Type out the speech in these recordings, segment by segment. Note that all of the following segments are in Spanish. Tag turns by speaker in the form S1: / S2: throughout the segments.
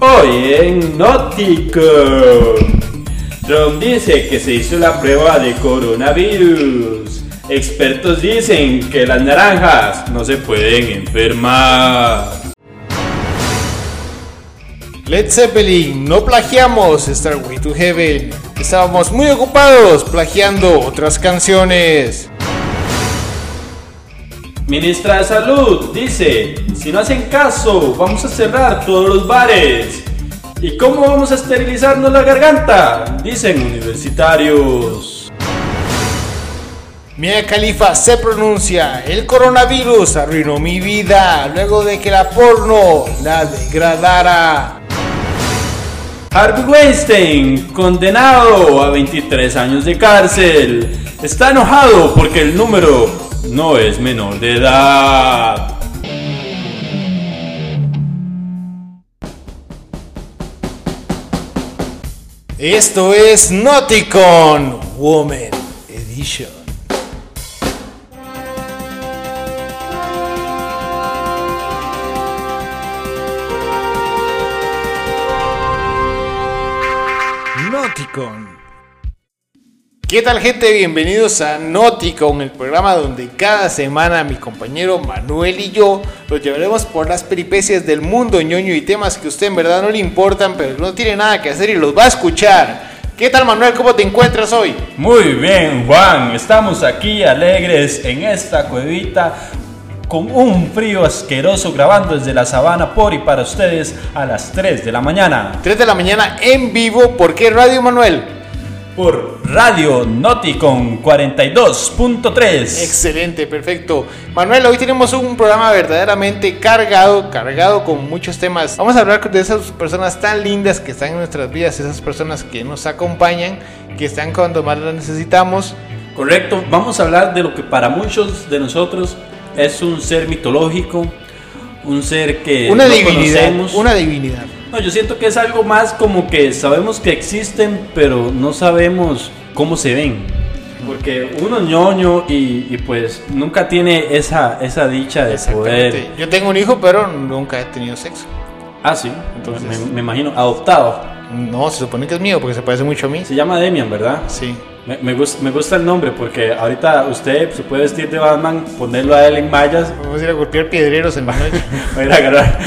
S1: hoy en Nótico, Trump dice que se hizo la prueba de coronavirus. Expertos dicen que las naranjas no se pueden enfermar.
S2: Led Zeppelin, no plagiamos Star Way to Heaven. Estábamos muy ocupados plagiando otras canciones.
S1: Ministra de Salud dice, si no hacen caso, vamos a cerrar todos los bares. ¿Y cómo vamos a esterilizarnos la garganta? Dicen universitarios.
S2: Mia Khalifa se pronuncia, el coronavirus arruinó mi vida luego de que la porno la degradara.
S1: Harvey Weinstein, condenado a 23 años de cárcel, está enojado porque el número no es menor de edad.
S2: Esto es Noticon Woman Edition. Noticon. ¿Qué tal gente? Bienvenidos a Noticon, el programa donde cada semana mi compañero Manuel y yo los llevaremos por las peripecias del mundo ñoño y temas que a usted en verdad no le importan, pero no tiene nada que hacer y los va a escuchar. ¿Qué tal Manuel? ¿Cómo te encuentras hoy?
S1: Muy bien, Juan. Estamos aquí alegres en esta cuevita con un frío asqueroso grabando desde la sabana por y para ustedes a las 3 de la mañana
S2: 3 de la mañana en vivo, ¿por qué Radio Manuel?
S1: por Radio Noticon 42.3.
S2: Excelente, perfecto. Manuel, hoy tenemos un programa verdaderamente cargado, cargado con muchos temas. Vamos a hablar de esas personas tan lindas que están en nuestras vidas, esas personas que nos acompañan, que están cuando más las necesitamos.
S1: Correcto, vamos a hablar de lo que para muchos de nosotros es un ser mitológico, un ser que
S2: Una
S1: Eh, no
S2: divinidad,
S1: conocemos.
S2: una divinidad.
S1: No, yo siento que es algo más como que sabemos que existen, pero no sabemos cómo se ven. Porque uno es ñoño y, y pues nunca tiene esa, esa dicha de
S2: Exactamente.
S1: poder.
S2: Yo tengo un hijo, pero nunca he tenido sexo.
S1: Ah, sí,
S2: Entonces-
S1: me, me imagino, adoptado.
S2: No, se supone que es mío porque se parece mucho a mí.
S1: Se llama Demian, ¿verdad?
S2: Sí.
S1: Me, me gus- me gusta el nombre porque ahorita usted se puede vestir de Batman, ponerlo a él en mallas,
S2: Vamos a ir a golpear piedreros en la noche.
S1: va a ir a agarrar.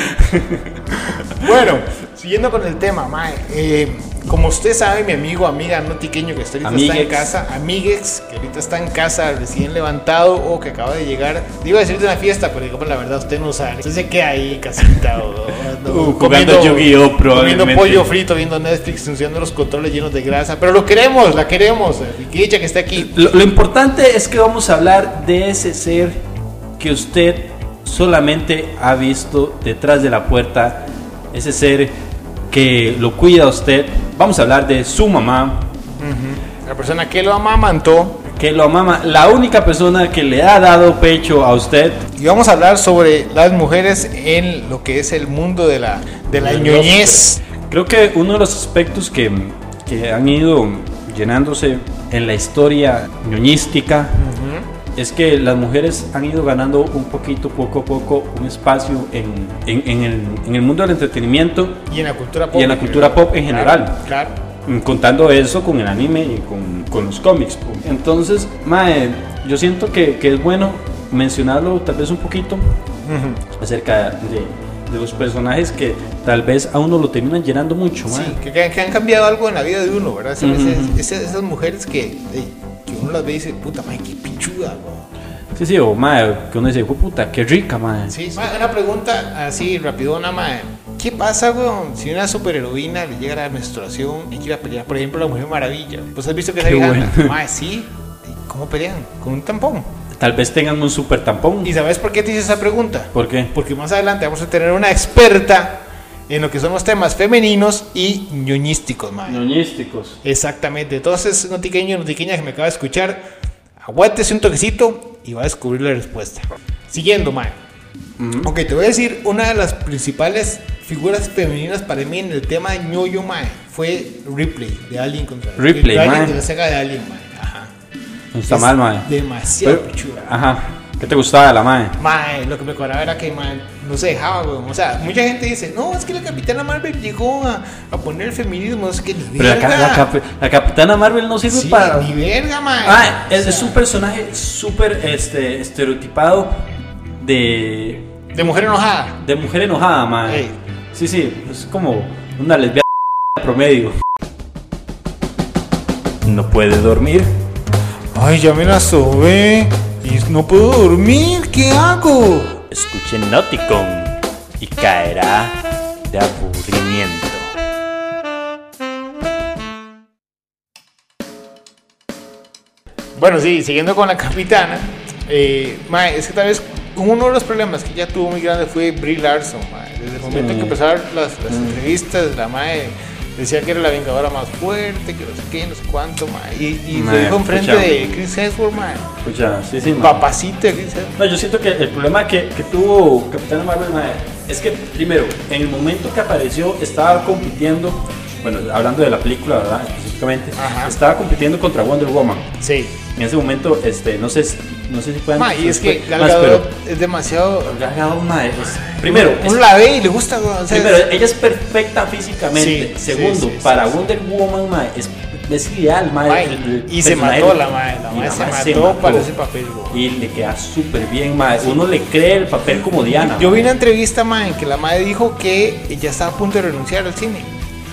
S2: Bueno, siguiendo con el tema, mae, eh, como usted sabe, mi amigo, amiga no tiqueño que está ahorita está en
S1: Amiguex.
S2: casa, amiguex, que ahorita está en casa recién levantado o que acaba de llegar, iba a decir de una fiesta, pero digamos la verdad, usted no sabe. Usted se queda ahí casita o, o-
S1: Uh, jugando Yu-Gi-Oh,
S2: comiendo
S1: probablemente.
S2: pollo frito, viendo Netflix, funcionando los controles llenos de grasa, pero lo queremos, la queremos. eh, Qué dicha que está aquí.
S1: Lo, lo importante es que vamos a hablar de ese ser que usted solamente ha visto detrás de la puerta, ese ser que lo cuida a usted. Vamos a hablar de su mamá,
S2: La persona que lo amamantó.
S1: que lo mama, la única persona que le ha dado pecho a usted.
S2: Y vamos a hablar sobre las mujeres en lo que es el mundo de la, de la
S1: Los-
S2: ñoñez.
S1: Creo que uno de los aspectos que, que han ido llenándose en la historia ñoñística es que las mujeres han ido ganando un poquito, poco a poco, un espacio en, en- en el, en el mundo del entretenimiento,
S2: Y en la cultura pop.
S1: Y en la cultura pop en general.
S2: Claro.
S1: mm, contando eso con el anime y con, con los cómics. Entonces, mae, yo siento que, que es bueno mencionarlo tal vez un poquito acerca de, de los personajes que tal vez a uno lo terminan llenando mucho, mae.
S2: Sí, que, que han cambiado algo en la vida de uno, ¿verdad? Esas,
S1: Ujú.
S2: esas- esas- esas mujeres que, ey, que uno las ve y dice, puta madre, qué pichuda, bro".
S1: Sí, sí, o mae, que uno dice, "Hijo puta, qué rica, mae.
S2: Sí, sí. Mae, una pregunta así, rapidona, mae. ¿Qué pasa, weón, si una superheroína le llega la menstruación y quiere pelear? Por ejemplo, la Mujer Maravilla. Pues has visto que esa
S1: Qué
S2: vieja,
S1: bueno.
S2: mae, sí. ¿Y ¿Cómo pelean? Con un tampón.
S1: Tal vez tengan un super tampón.
S2: ¿Y sabes por qué te hice esa pregunta?
S1: ¿Por qué?
S2: Porque más adelante vamos a tener una experta en lo que son los temas femeninos y ñoñísticos, mae.
S1: Noñísticos.
S2: Exactamente. Entonces, notiqueño, notiqueña que me acaba de escuchar, aguántese un toquecito y va a descubrir la respuesta. Siguiendo, Mae. Ok, te voy a decir una de las principales figuras femeninas para mí en el tema de ñoño, Mae. Fue Ripley de Alien contra
S1: Ripley,
S2: de Alien,
S1: mae.
S2: de la saga de Alien, Mae. Ajá.
S1: Está
S2: Es
S1: mal, mae.
S2: Demasiado
S1: Pero-
S2: pichuda.
S1: Ajá. ¿Qué te gustaba de la mae?
S2: Mae, lo que me cuadraba era que mae, no se dejaba, weón. O sea, mucha gente dice, no, es que la capitana Marvel llegó a, a poner el feminismo, no sé qué, ni
S1: Pero la,
S2: verga.
S1: ca- la cap- la capitana Marvel no sirve
S2: Sí,
S1: para.
S2: ni verga, mae.
S1: Ah, es,
S2: O sea,
S1: es un personaje súper este, estereotipado de,
S2: De mujer enojada.
S1: de mujer enojada, mae.
S2: Ey.
S1: Sí, sí, es como una lesbiana promedio. No puede dormir.
S2: Ay, ya me la sobé y no puedo dormir, ¿qué hago?
S1: Escuche Noticon y caerá de aburrimiento.
S2: Bueno, sí, siguiendo con la capitana, eh, mae, es que tal vez uno de los problemas que ella tuvo muy grande fue Brie Larson, mae. Desde el momento en que empezaron las, las
S1: Mm.
S2: entrevistas, la mae decía que era la vengadora más fuerte, que no sé qué, no sé cuánto, mae. Y, y lo
S1: Mae,
S2: dijo enfrente
S1: escucha.
S2: de Chris Hemsworth, mae.
S1: Escucha, sí, sí, mae.
S2: Papacito de Chris Hemsworth.
S1: No, yo siento que el problema que, que tuvo Capitana Marvel mae, es que, primero, en el momento que apareció estaba compitiendo, bueno, hablando de la película, ¿verdad? Específicamente,
S2: Ajá.
S1: estaba compitiendo contra Wonder Woman.
S2: Sí.
S1: En ese momento, este, no sé, si- no sé si pueden...
S2: Mae, y es que Gal
S1: pues, más,
S2: Gadot
S1: pero-
S2: es demasiado...
S1: Gal Gadot, mae, es- primero, es-
S2: Uno la ve y le gusta, güey, o sea,
S1: primero, eh, ella es perfecta físicamente.
S2: Sí,
S1: Segundo,
S2: sí, sí, sí,
S1: para
S2: sí.
S1: Wonder Woman, mae, es, es ideal, mae.
S2: mae,
S1: el- el
S2: y se
S1: personaje.
S2: mató la mae, la
S1: Y
S2: mae se
S1: mae
S2: mató,
S1: mató.
S2: para ese papel, güey.
S1: Y le queda súper bien, mae. Uno le cree el papel como Diana.
S2: Yo
S1: mae.
S2: vi una entrevista, ma, en que la madre dijo que ella estaba a punto de renunciar al cine.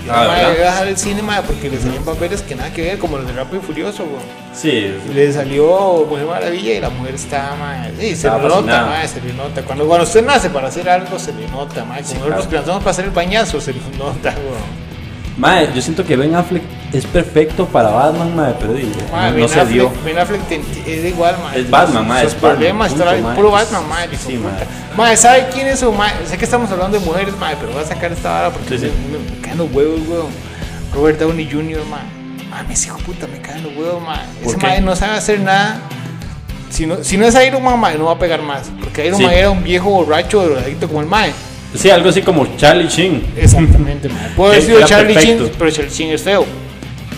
S2: Y La
S1: Ah,
S2: madre
S1: ¿verdad?
S2: iba a dejar el cine, ma, porque le salían papeles que nada que ver, como los de Rápido y Furioso, güey.
S1: Sí,
S2: Y Le salió Mujer Maravilla y la mujer está, ma, sí, se
S1: Estaba
S2: le nota,
S1: fascinada.
S2: ma, se le nota. Cuando, cuando usted nace para hacer algo, se le nota, ma. Como
S1: Sí,
S2: nosotros
S1: claro.
S2: que lanzamos para hacer el bañazo, se le nota, güey.
S1: mae, yo siento que Ben Affleck es perfecto para Batman, mae, pero di-
S2: Ma,
S1: no,
S2: Ben
S1: no se
S2: Affleck-
S1: dio.
S2: Ben Affleck te- es igual, ma.
S1: Es Batman, ma,
S2: Sus
S1: es Batman,
S2: problemas,
S1: punto,
S2: está-
S1: ma.
S2: puro Batman, ma.
S1: Sí,
S2: hijo de
S1: ma.
S2: puta. Ma, ¿sabe quién es su ma? Sé que estamos hablando de mujeres, ma, pero voy a sacar esta vara porque
S1: Sí, sí.
S2: Me, me caen los huevos, weón. Robert Downey Jr., ma. Mami, ese hijo de puta, me caen los huevos, ma.
S1: ¿Por
S2: Ese
S1: qué?
S2: ma no sabe hacer nada. Si no, si no es Iron Man, ma, no va a pegar más. Porque Iron
S1: Sí.
S2: Man era un viejo borracho, drogadicto como el ma.
S1: Sí, algo así como Charlie Sheen.
S2: Exactamente, ma. Puede haber
S1: Él
S2: sido
S1: era
S2: Charlie Sheen,
S1: perfecto.
S2: pero Charlie Sheen es feo.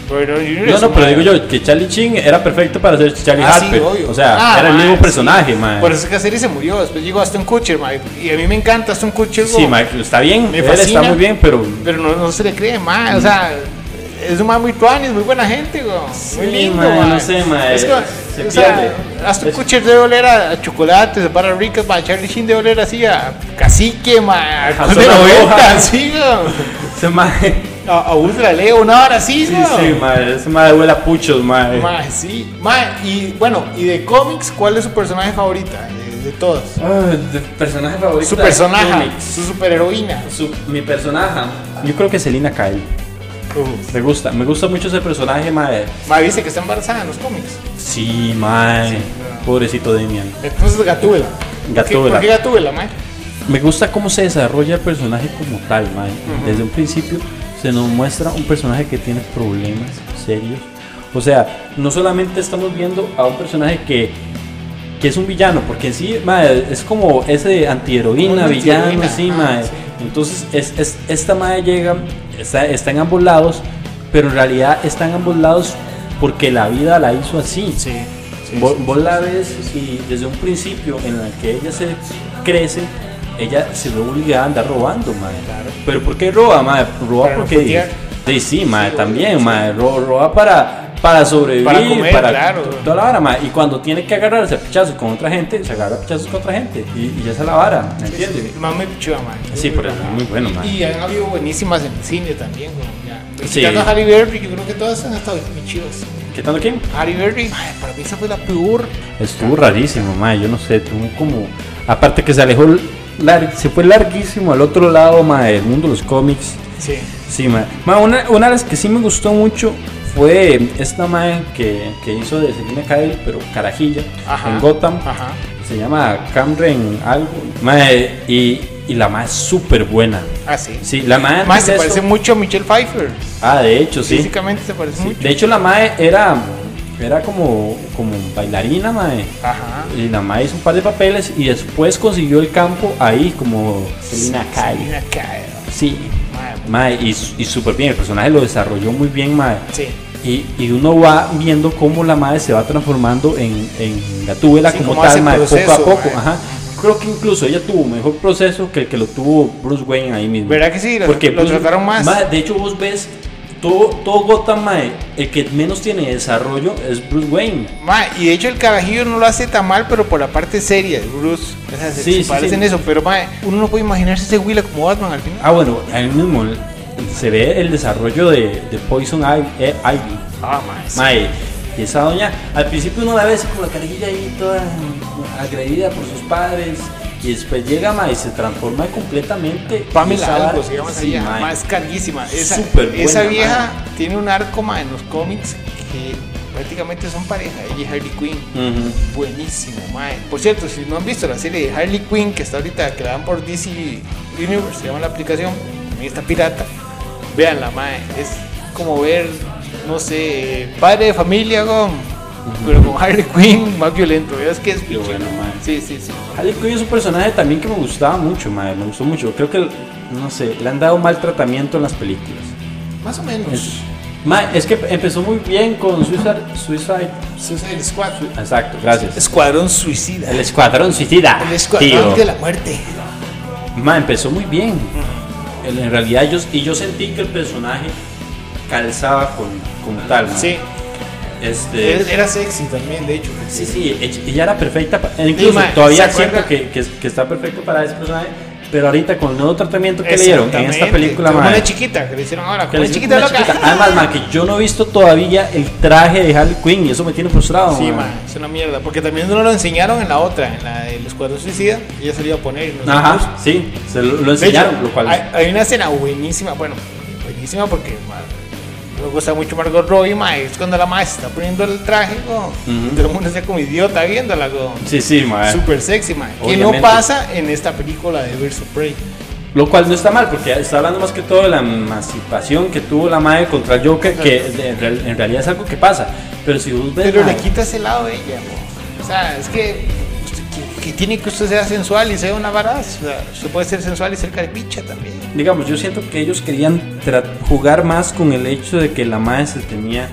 S2: Robert Downey Jr.
S1: No,
S2: es
S1: no,
S2: un
S1: pero
S2: ma-
S1: digo yo que Charlie Sheen era perfecto para ser Charlie
S2: Ah, sí,
S1: Harper.
S2: obvio.
S1: o sea,
S2: Ah,
S1: era el
S2: mae,
S1: mismo
S2: sí.
S1: personaje, mae.
S2: Por eso es que la serie se murió. Después llegó Aston Kutcher, mae. Y a mí me encanta Aston Kutcher.
S1: Sí,
S2: güey.
S1: mae, está bien,
S2: Me
S1: él
S2: fascina.
S1: está muy bien, pero
S2: Pero no, no se le cree, mae. O sea, es un mae muy tuanis, muy buena gente, güey. muy lindo,
S1: mae,
S2: mae.
S1: no sé, mae,
S2: Es que,
S1: se
S2: o sea,
S1: pierde.
S2: Aston
S1: Es-
S2: Kutcher debe oler a, a chocolate, se para rica, mae. Charlie Sheen debe oler así a cacique, mae. A de
S1: zona roja.
S2: 90, así, güey.
S1: ese mae.
S2: A, a Bus de la Leo, una hora así,
S1: Sí,
S2: güey.
S1: sí, mae, ese mae huele a puchos, mae.
S2: Mae, sí. Mae, y bueno, y de cómics, ¿cuál es su personaje favorita? eh, De, todos.
S1: Ah, de- personaje favorito.
S2: Su
S1: de
S2: personaje,
S1: cómics.
S2: su superheroína.
S1: Su- mi personaje. Yo creo que Selina Kyle.
S2: Uh.
S1: Me gusta, me gusta mucho ese personaje, mae.
S2: Mae, dice que está embarazada en los cómics.
S1: Sí, mae. Pobrecito Damian.
S2: Entonces Gatúbela.
S1: Gatúbela.
S2: ¿Por qué Gatúbela, mae?
S1: Me gusta cómo se desarrolla el personaje como tal, mae. Desde un principio se nos muestra un personaje que tiene problemas serios. O sea, no solamente estamos viendo a un personaje que, que es un villano, porque en sí, mae, es como ese antiheroína,
S2: Una
S1: villano,
S2: antiheroína,
S1: sí,
S2: ajá,
S1: mae.
S2: sí.
S1: Entonces, es, es- esta mae llega, está, está en ambos lados, pero en realidad está en ambos lados porque la vida la hizo así. Vos, vos la ves y desde un principio en la que ella se crece, ella se ve obligada a andar robando, madre.
S2: Claro.
S1: Pero ¿por qué roba, madre? Roba
S2: Para no
S1: porque...
S2: putear.
S1: sí, sí, madre,
S2: Sí,
S1: también, madre. Ro- Roba para, para sobrevivir,
S2: Para comer,
S1: para
S2: claro.
S1: to- toda la vara, madre. Y cuando tiene que agarrarse a pichazos con otra gente, se agarra a pichazos con otra gente. Y, y esa es la vara, ¿me entiendes?
S2: Más me pichó, mae.
S1: Sí, pero es muy bueno, madre.
S2: Y han habido buenísimas en el cine también, güey. ya.
S1: Sí.
S2: Quitando a Harry Berry, yo creo que todas han estado muy chidas.
S1: ¿Qué tal quién?
S2: Harry Berry, mae, para mí esa fue la peor.
S1: Estuvo rarísimo, madre. Yo no sé, tuvo como. Aparte que se alejó, lar- se fue larguísimo al otro lado, madre, del mundo de los cómics.
S2: Sí.
S1: Sí, mae. Mae, una, una de las que sí me gustó mucho fue esta mae que, que hizo de Selina Kyle, pero carajilla,
S2: Ajá.
S1: en Gotham.
S2: Ajá.
S1: Se llama Camren algo. Mae, y, y la mae es súper buena.
S2: Ah, sí.
S1: Sí, la mae.
S2: Mae,
S1: antes
S2: se
S1: de
S2: parece
S1: eso-
S2: mucho a Michelle Pfeiffer.
S1: Ah, de hecho, sí.
S2: Físicamente se parece mucho.
S1: De hecho, la mae era, era como, como bailarina, mae.
S2: Ajá.
S1: Y la mae hizo un par de papeles y después consiguió el campo ahí como Selina Kyle.
S2: Selina Kyle.
S1: Sí.
S2: Mae,
S1: Mae, y, su- y súper bien, el personaje lo desarrolló muy bien, mae.
S2: Sí.
S1: Y, y uno va viendo cómo la madre se va transformando en, en Gatúbela
S2: Sí,
S1: como
S2: cómo hace
S1: tal,
S2: el
S1: mae,
S2: proceso,
S1: poco a poco.
S2: mae.
S1: Ajá. Creo que incluso ella tuvo mejor proceso que el que lo tuvo Bruce Wayne ahí mismo.
S2: ¿Verdad que sí? Lo,
S1: Porque
S2: lo
S1: Bruce-
S2: trataron más.
S1: mae, de hecho, vos ves todo, todo Gotham, mae, el que menos tiene desarrollo es Bruce Wayne.
S2: Ma, y de hecho el carajillo no lo hace tan mal, pero por la parte seria de Bruce. O sea, se,
S1: Sí,
S2: se
S1: sí,
S2: parecen
S1: sí.
S2: eso, pero ma, uno no puede imaginarse ese Willa como Batman al final.
S1: Ah, bueno, ahí mismo el- se ve el desarrollo de, de Poison Ivy. eh, Ivy.
S2: Ah, ma, es-
S1: Mae, y esa doña, al principio uno la ve así con la carajilla ahí toda agredida por sus padres. Y después llega Mae y se transforma completamente. Y esa
S2: Pamela
S1: vara-
S2: algo, se llama esa
S1: sí,
S2: vieja.
S1: mae.
S2: Ma, es carguísima. Esa,
S1: Súper buena,
S2: esa vieja tiene un arco ma, en los cómics que prácticamente son pareja, ella y Harley Quinn.
S1: Ujú.
S2: Buenísimo, mae. Por cierto, si no han visto la serie de Harley Quinn, que está ahorita, que la dan por DC Universe, se llama la aplicación, también está pirata. Veanla, mae. Es como ver, no sé, padre de familia con, pero con Harley Quinn más violento. ¿Ves que es
S1: Qué bueno, mae.
S2: Sí, sí, sí.
S1: Harley Quinn es un personaje también que me gustaba mucho, Mae, me gustó mucho. Creo que, no sé, le han dado mal tratamiento en las películas.
S2: Más o menos.
S1: Es, Mae, es que empezó muy bien con Suicide. Suicide
S2: Suicide Squad.
S1: exacto, gracias.
S2: Escuadrón Suicida.
S1: El Escuadrón Suicida.
S2: El Escuadrón
S1: tío.
S2: de la Muerte.
S1: Ma, empezó muy bien. En- En realidad, yo, y yo sentí que el personaje calzaba con, con tal. ma.
S2: Sí,
S1: Este,
S2: era sexy también, de hecho.
S1: sí, sí, ella- ella era perfecta. pa- Incluso
S2: ma,
S1: todavía
S2: ¿se
S1: siento
S2: acuerda?
S1: que, que- que está perfecto para ese personaje. Pero ahorita, con el nuevo tratamiento que le dieron en esta
S2: Exactamente.
S1: película,
S2: Como
S1: ma,
S2: una chiquita, que le hicieron ahora.
S1: que
S2: Como
S1: le
S2: una
S1: hicieron
S2: chiquita
S1: una
S2: loca.
S1: chiquita. Además, ma, que yo no he visto todavía el traje de Harley Quinn y eso me tiene frustrado.
S2: Sí,
S1: ma.
S2: ma, es una mierda. Porque también no lo enseñaron en la otra, en la del Escuadrón Suicida. Ella se lo iba a poner. y no se lo puso.
S1: Ajá, sí, se lo, Ah, lo
S2: De hecho,
S1: enseñaron, lo cual.
S2: Hay, hay una escena buenísima, bueno, buenísima porque ma, me gusta mucho Margot Robbie, ma, es cuando la madre se está poniendo el traje, go,
S1: Ujú.
S2: todo el mundo está como idiota viéndola, go.
S1: Sí, sí, ma.
S2: Super sexy, ma. Que no
S1: Obviamente.
S2: pasa en esta película de Birds of Prey.
S1: Lo cual no está mal, porque está hablando más que todo de la emancipación que tuvo la madre contra el Joker, que de- en, real- en realidad es algo que pasa. Pero si vos ves.
S2: Pero
S1: mae,
S2: le quita ese lado de ella, mo. O sea, es que, usted que- que tiene que usted sea sensual y sea una varaz. O sea, usted puede ser sensual y ser caripicha también.
S1: Digamos, yo siento que ellos querían tra- jugar más con el hecho de que la madre se tenía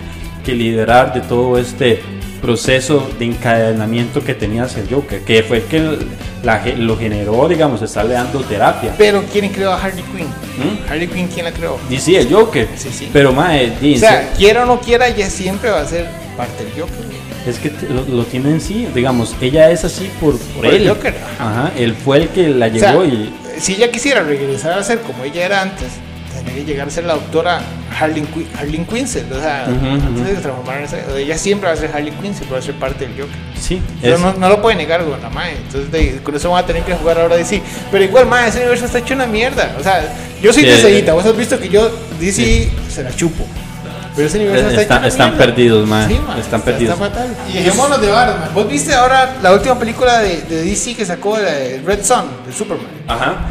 S1: que liberar de todo este proceso de encadenamiento que tenía hacia el Joker, que fue que el- la ge- lo generó, digamos, estarle dando terapia.
S2: Pero ¿quién creó a Harley Quinn?
S1: ¿Mm?
S2: Harley Quinn, ¿quién la creó?
S1: Y sí, el Joker.
S2: Sí, sí.
S1: Pero madre,
S2: O sea, quiera o no quiera, ella siempre va a ser parte del Joker. güey.
S1: Es que te- lo, lo tiene en sí, digamos, ella es así por, por
S2: Por el
S1: él.
S2: Joker,
S1: Ajá, él fue el que la
S2: O sea,
S1: llevó y...
S2: si ella quisiera regresar a ser como ella era antes, tendría que llegar a ser la doctora Harley, Qui- Harley Quinzel. O sea,
S1: Ujú,
S2: antes de
S1: ujú.
S2: transformar en esa- ella siempre va a ser Harley Quinzel, va a ser parte del Joker.
S1: Sí,
S2: Pero
S1: es-
S2: no, no lo puede negar, güey, la madre. Entonces, de- con eso van a tener que jugar ahora DC. Pero igual, madre, ese universo está hecho una mierda. O sea, yo soy
S1: Sí,
S2: DCita.
S1: eh,
S2: Vos has visto que yo DC
S1: sí.
S2: se la chupo. Pero ese universo
S1: Están-
S2: está hecho una
S1: están
S2: mierda.
S1: perdidos, mae.
S2: mae,
S1: Están
S2: está-
S1: perdidos.
S2: Está fatal. Y dejémonos de Batman. Vos viste ahora la última película de, de DC que sacó la de Red Son, de Superman.
S1: Ajá.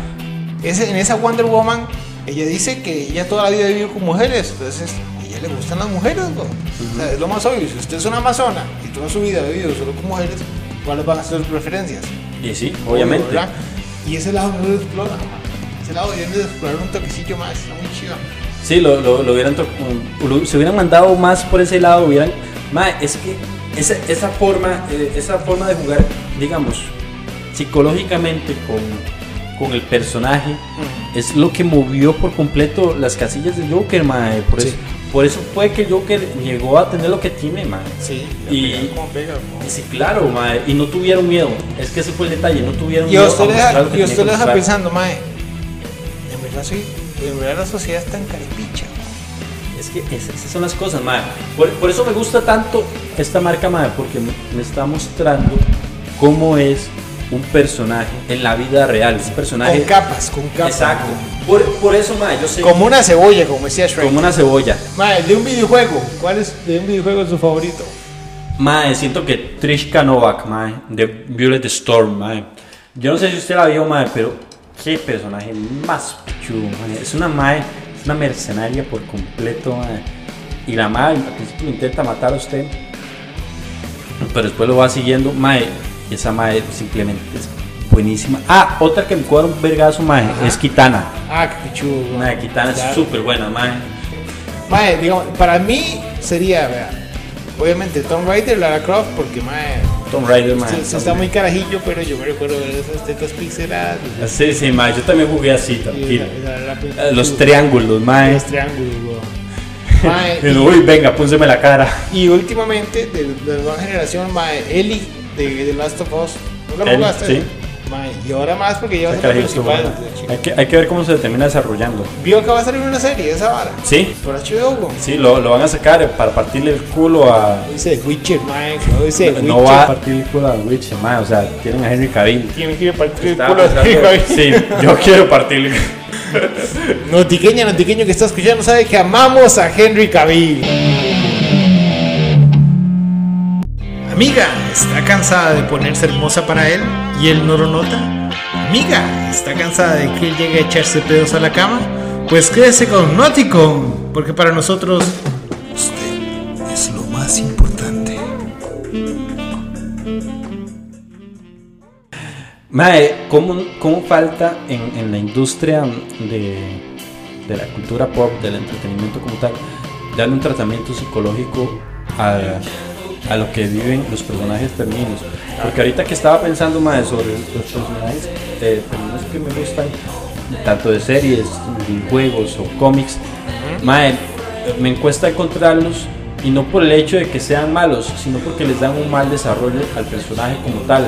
S2: Ese- en esa Wonder Woman, ella dice que ella toda la vida ha vivido con mujeres. Entonces, a ella le gustan las mujeres, güey. O sea, es lo más obvio. Si usted es una amazona y toda su vida ha vivido solo con mujeres, ¿cuáles van a ser sus preferencias?
S1: Y sí, obviamente.
S2: ¿Verdad? Y ese lado no lo explora, ma. Ese lado deben de explorar un toquecillo más, está muy chido.
S1: Sí, lo, lo, lo hubieran... to- um, lo- se hubieran mandado más por ese lado, hubieran... Mae, es que esa, esa, forma, eh, esa forma de jugar, digamos, psicológicamente con, con el personaje, es lo que movió por completo las casillas de Joker, mae. Por,
S2: Sí.
S1: eso, por eso fue que Joker llegó a tener lo que tiene, mae.
S2: Sí,
S1: Y-
S2: pegar como pega,
S1: Y Sí, claro, mae, y no tuvieron miedo. Es que ese fue el detalle, no tuvieron
S2: Y
S1: miedo.
S2: a usted le
S1: mostrar
S2: deja,
S1: lo que
S2: y a
S1: tenían
S2: usted
S1: que
S2: le deja
S1: mostrar.
S2: pensando, mae, en verdad, soy, en verdad la sociedad está en caripicha.
S1: Es que es- esas son las cosas, mae. Por, por eso me gusta tanto esta marca, mae, porque me, me está mostrando cómo es un personaje en la vida real. Un personaje.
S2: Con capas, con capas.
S1: Exacto. Por, por eso, mae, yo sé.
S2: Como una cebolla, como decía Shrek.
S1: como una cebolla.
S2: Mae, de un videojuego, ¿cuál es de un videojuego su favorito?
S1: Mae, siento que Trishka Novak, mae, de Violet Storm, mae. Yo no sé si usted la vio, mae, pero qué personaje más chulo, mae. Es una mae, es una mercenaria por completo, mae. Y la mae al principio lo intenta matar a usted, pero después lo va siguiendo, mae. Y esa mae simplemente es buenísima. Ah, otra que me cuadra un vergazo, mae, es Kitana.
S2: Ah, qué pichudo.
S1: Mae, Kitana es súper buena, mae.
S2: Mae, digamos, para mí, sería, vea, obviamente Tomb Raider, Lara Croft, porque mae,
S1: Tomb Raider, mae,
S2: se, se está muy
S1: también.
S2: carajillo, pero yo me recuerdo ver esas tetas pixeladas. y-
S1: Sí, sí, mae, yo también jugué así,
S2: y
S1: tranquilo.
S2: la- y la- la-
S1: Eh, Los triángulos, mae.
S2: Los triángulos, weón. Mae,
S1: Y, Uy, venga, pónseme la cara.
S2: y, y últimamente, de, de la nueva generación, mae, Ellie de The Last of Us. ¿No la
S1: Ellie,
S2: jugaste?
S1: sí.
S2: Mae, y ahora más porque ya va a ser la
S1: Carajillo,
S2: principal.
S1: bueno.
S2: de la
S1: Hay
S2: chica.
S1: que, hay que ver cómo se termina desarrollando.
S2: Vio que va a salir una serie esa vara.
S1: Sí,
S2: Por HBO, weón.
S1: sí, lo, lo van a sacar para partirle el culo a.
S2: Dice Witcher, mae. como Dice Witcher.
S1: No va a partir el culo a Witcher, mae. O sea, tienen a Henry Cavill.
S2: Tiene que ir a partir el
S1: Estaba
S2: culo de
S1: pensando-
S2: Javi.
S1: Sí, yo quiero partirle.
S2: Notiqueña, notiqueño que está escuchando sabe que amamos a Henry Cavill. Amiga, ¿está cansada de ponerse hermosa para él y él no lo nota? Amiga, ¿está cansada de que él llegue a echarse pedos a la cama? Pues quédese con Noticon, porque para nosotros usted es lo más importante.
S1: Mae, ¿cómo, cómo falta en, en la industria de, de la cultura pop, del entretenimiento como tal, darle un tratamiento psicológico a, a lo que viven los personajes femeninos? Porque ahorita que estaba pensando, mae, sobre los personajes eh, femeninos que me gustan, tanto de series, juegos o cómics, mae, me cuesta encontrarlos y no por el hecho de que sean malos, sino porque les dan un mal desarrollo al personaje como tal.